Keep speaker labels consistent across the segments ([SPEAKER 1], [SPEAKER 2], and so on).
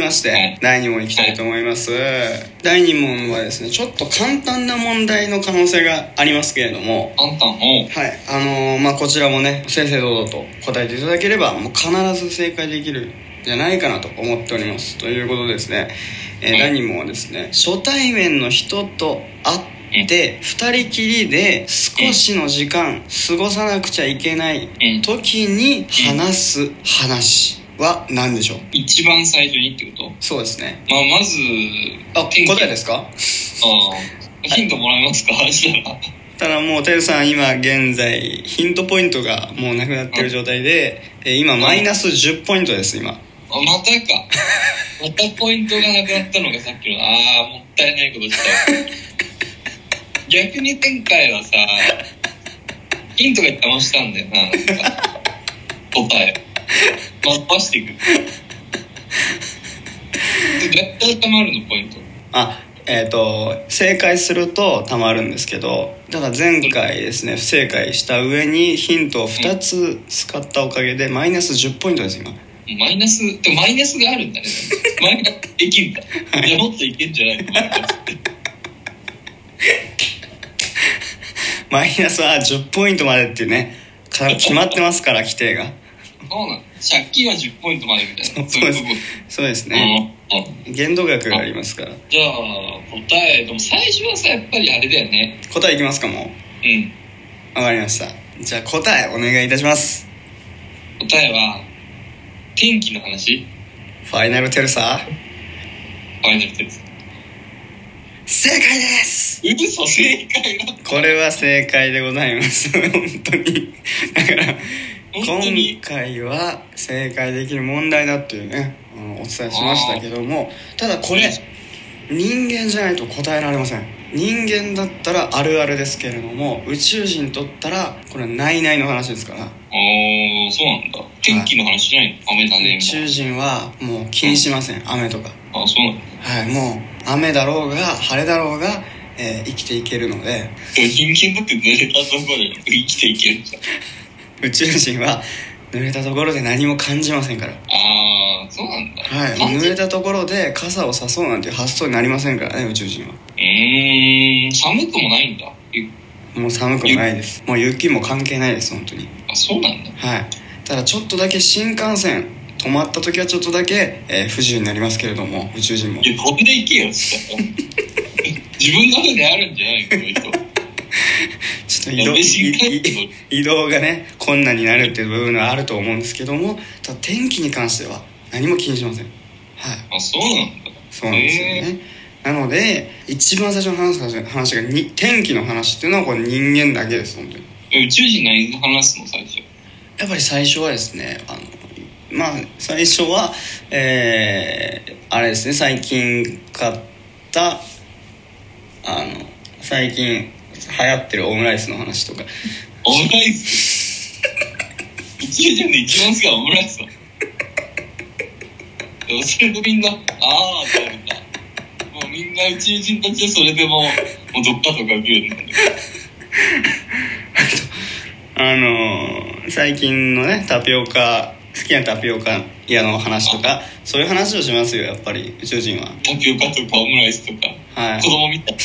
[SPEAKER 1] まして、第2問いきたいと思います。第2問はですね、ちょっと簡単な問題の可能性がありますけれども、
[SPEAKER 2] 簡単を
[SPEAKER 1] はい、あのーまあこちらもね正々堂々と答えていただければもう必ず正解できるんじゃないかなと思っておりますということでですね、えー、第2問はですね初対面の人と会って二人きりで少しの時間過ごさなくちゃいけない時に話す話は何でしょう
[SPEAKER 2] 一番最初にってこと
[SPEAKER 1] そうですね
[SPEAKER 2] まあ、まず、
[SPEAKER 1] あ答
[SPEAKER 2] 天気
[SPEAKER 1] えですか
[SPEAKER 2] あーヒントもらえますか、したら。
[SPEAKER 1] ただもうてるさん今現在ヒントポイントがもうなくなってる状態で、えー今マイナス10ポイントです今
[SPEAKER 2] あ、またか。またポイントがなくなったのがさっきの、ああ、もったいないことしたよ。逆に今回はさ、ヒントが騙したんだよな、なんか答え。まっぱしていく。絶対たまるの、ポイント。
[SPEAKER 1] あえっ、と正解するとたまるんですけどだから前回ですね不正解した上にヒントを2つ使ったおかげでマイナス10ポイントです今
[SPEAKER 2] マイナス、でもマイナスがあるんだね。マイナスできんだ。じゃあもっといけんじゃないのマイナスって
[SPEAKER 1] マイナスは10ポイントまでっていうねか決まってますから規定が
[SPEAKER 2] そうなの借金は10ポイントまでみたいな。
[SPEAKER 1] そうですそうですね
[SPEAKER 2] うんうん
[SPEAKER 1] 限度額がありますから
[SPEAKER 2] じゃあ答えでも最初はさやっぱりあれだよね
[SPEAKER 1] 答えいきますかも
[SPEAKER 2] うん
[SPEAKER 1] うわかりましたじゃあ答えお願いいたします
[SPEAKER 2] 答えは天気の話
[SPEAKER 1] ファイナルテルサー
[SPEAKER 2] ファイナルテス
[SPEAKER 1] 正解です
[SPEAKER 2] 嘘正解だった
[SPEAKER 1] これは正解でございます 本当にだから
[SPEAKER 2] 本当に
[SPEAKER 1] 今回は正解できる問題だっていうねあのお伝えしましたけどもただこれ人間じゃないと答えられません人間だったらあるあるですけれども宇宙人にとったらこれはないないの話ですから
[SPEAKER 2] おーそうなんだ天気の話じゃないの雨だね
[SPEAKER 1] 宇宙人はもう気にしません雨とか
[SPEAKER 2] あそうなんだ
[SPEAKER 1] はいもう雨だろうが晴れだろうが、えー生きていけるので
[SPEAKER 2] でも人間だって濡れたところで生きていけるじゃん
[SPEAKER 1] 宇宙人は濡れたところで何も感じませんから
[SPEAKER 2] あーそうなんだ
[SPEAKER 1] はい、
[SPEAKER 2] 感
[SPEAKER 1] 濡
[SPEAKER 2] じ
[SPEAKER 1] れたところで傘をさそうなんていう発想になりませんからね宇宙人は
[SPEAKER 2] うーん寒くもないんだえ
[SPEAKER 1] もう寒くもないですもう雪も関係ないです本当に
[SPEAKER 2] あそうなんだ
[SPEAKER 1] はいただちょっとだけ新幹線止まった時はちょっとだけ、えー不自由になりますけれども宇宙人も
[SPEAKER 2] いや飛んでいけよそしたら自分の中であるんじゃないのこの人
[SPEAKER 1] ちょっと移動
[SPEAKER 2] いや新幹線
[SPEAKER 1] いい移動がね困難になるっていう部分はあると思うんですけどもただ天気に関しては何も気にしませんはい
[SPEAKER 2] あそうなんだ
[SPEAKER 1] そうなんですよね、なので一番最初の話した話がに天気の話っていうのはこれ人間だけです本当に
[SPEAKER 2] え宇宙人何話すの最初
[SPEAKER 1] やっぱり最初はですねあのまあ最初はえー、あれですね最近買ったあの最近流行ってるオムライスの話とか
[SPEAKER 2] オムライス宇宙人で一番好きなオムライスだでもそれでみんなああってなるんだもうみんな宇宙人たちはそれでももうどっかとか受けるんだけど
[SPEAKER 1] あのー最近のねタピオカ好きなタピオカ屋の話とかそういう話をしますよやっぱり宇宙人は
[SPEAKER 2] タピオカとかオムライスとか
[SPEAKER 1] はい
[SPEAKER 2] 子供みたい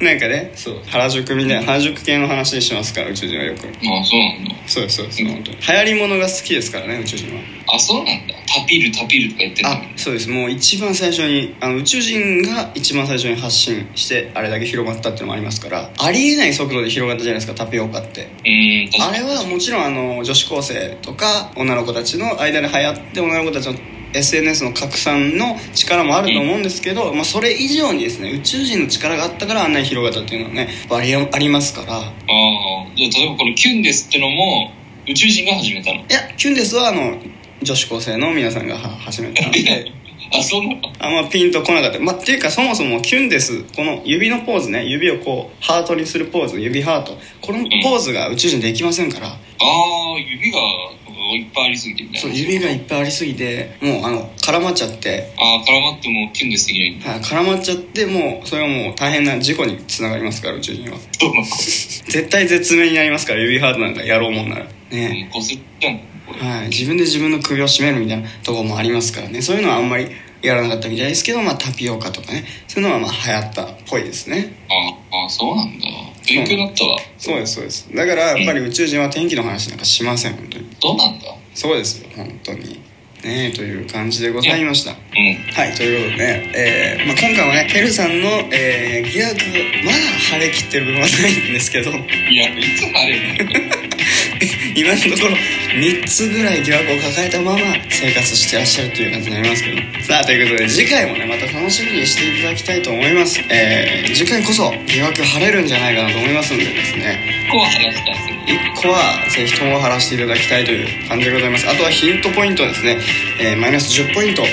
[SPEAKER 1] なんかねそう原宿みたいな原宿系の話しますから宇宙人はよく
[SPEAKER 2] なああそうなんだ
[SPEAKER 1] そうですそうです本当に流行りものが好きですからね宇宙人は
[SPEAKER 2] あそうなんだタピルタピルとか言ってた
[SPEAKER 1] あそうですもう一番最初にあの宇宙人が一番最初に発信してあれだけ広まったっていうのもありますからありえない速度で広がったじゃないですかタピオカって
[SPEAKER 2] うーん確
[SPEAKER 1] あ
[SPEAKER 2] か
[SPEAKER 1] れ
[SPEAKER 2] に
[SPEAKER 1] はもちろんあの女子高生とか女の子たちの間で流行って女の子たちの SNS の拡散の力もあると思うんですけど、まあ、それ以上にですね宇宙人の力があったからあんなに広がったっていうのはねバリありますから
[SPEAKER 2] ああじゃあ例えばこの「キュンです」ってのも宇宙人が始めたの
[SPEAKER 1] いや、キュンですはあの女子高生の皆さんがは始めたので
[SPEAKER 2] あそうなの
[SPEAKER 1] あんまピンとこなかった、まあ、っていうかそもそもキュンですこの指のポーズね指をこうハートにするポーズ指ハートこのポーズが宇宙人できませんから、
[SPEAKER 2] ああ指がいっぱいありすぎてみたいな
[SPEAKER 1] そう指がいっぱいありすぎてもうあの絡まっちゃって、
[SPEAKER 2] ああ絡まってもキュンですできないん だ
[SPEAKER 1] はい絡まっちゃってもうそれはもう大変な事故につながりますから宇宙人は
[SPEAKER 2] どうなの
[SPEAKER 1] 絶対絶命になりますから指ハートなんかやろうもんならね
[SPEAKER 2] 骨折ったんだ
[SPEAKER 1] はい、自分で自分の首を絞めるみたいなところもありますからねそういうのはあんまりやらなかったみたいですけど、まあ、タピオカとかねそういうのはまあ流行ったっぽいですね
[SPEAKER 2] ああそうなんだ勉強になったわ
[SPEAKER 1] そうですそうですだからやっぱり宇宙人は天気の話なんかしません本当に
[SPEAKER 2] どうなんだ
[SPEAKER 1] そうですよ本当にねえという感じでございました
[SPEAKER 2] うん
[SPEAKER 1] はいということでね、えーまあ、今回はねペルさんの、えー疑惑まだ晴れきってる部分はないんですけど
[SPEAKER 2] いやいつ晴れるの
[SPEAKER 1] 今のところ3つぐらい疑惑を抱えたまま生活してらっしゃるという感じになりますけどさあということで次回もねまた楽しみにしていただきたいと思いますえー、次回こそ疑惑晴れるんじゃないかなと思いますんでですね
[SPEAKER 2] こう話したんですよ
[SPEAKER 1] 1個はぜひとも晴らしていただきたいという感じでございますあとはヒントポイントですね、えーマイナス10ポイント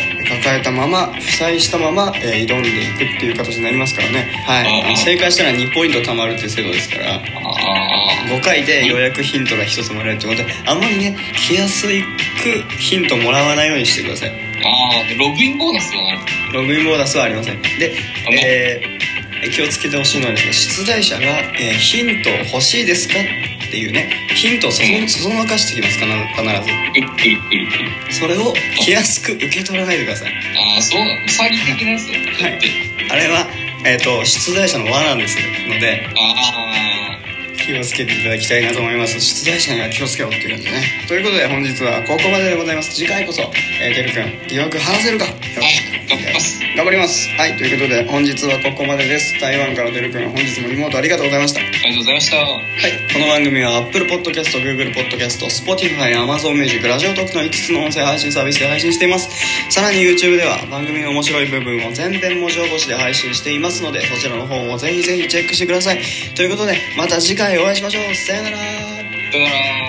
[SPEAKER 1] 抱えたまま負債したまま、えー挑んでいくっていう形になりますからねはいあの正解したら2ポイント貯まるっていう制度ですから
[SPEAKER 2] あ
[SPEAKER 1] 5回でようやくヒントが1つもらえるってことであんまりね来やすいくヒントもらわないようにしてください
[SPEAKER 2] あああでログインボーナスがない
[SPEAKER 1] ログインボーナスはありませんで
[SPEAKER 2] あ、ね
[SPEAKER 1] えー気をつけてほしいのはですね出題者が、えーヒント欲しいですか?」っていうねヒントをそそそそのかしてきますかな必
[SPEAKER 2] くるくるくるくる
[SPEAKER 1] ずそれを来やすく受け取らないでください
[SPEAKER 2] ああそうなのウサギ的なやつだった
[SPEAKER 1] はいあれは、えー、と出題者の罠ですので
[SPEAKER 2] あ
[SPEAKER 1] 気をつけていただきたいなと思います出題者には気をつけろっていう感じでねということで本日はここまででございます次回こそ、えー、てるくん疑惑晴らせるかよろしくお願いします頑張りますはいということで本日はここまでです台湾からてるくん本日もリモートありがとうございました
[SPEAKER 2] あありがとうございました
[SPEAKER 1] はい、この番組は Apple Podcast、Google Podcast、Spotify、Amazon Music、ラジオトークの5つの音声配信サービスで配信しています。さらに YouTube では番組の面白い部分を全編文字起こしで配信していますので、そちらの方もぜひぜひチェックしてください。ということで、また次回お会いしましょう。さよなら。
[SPEAKER 2] さよなら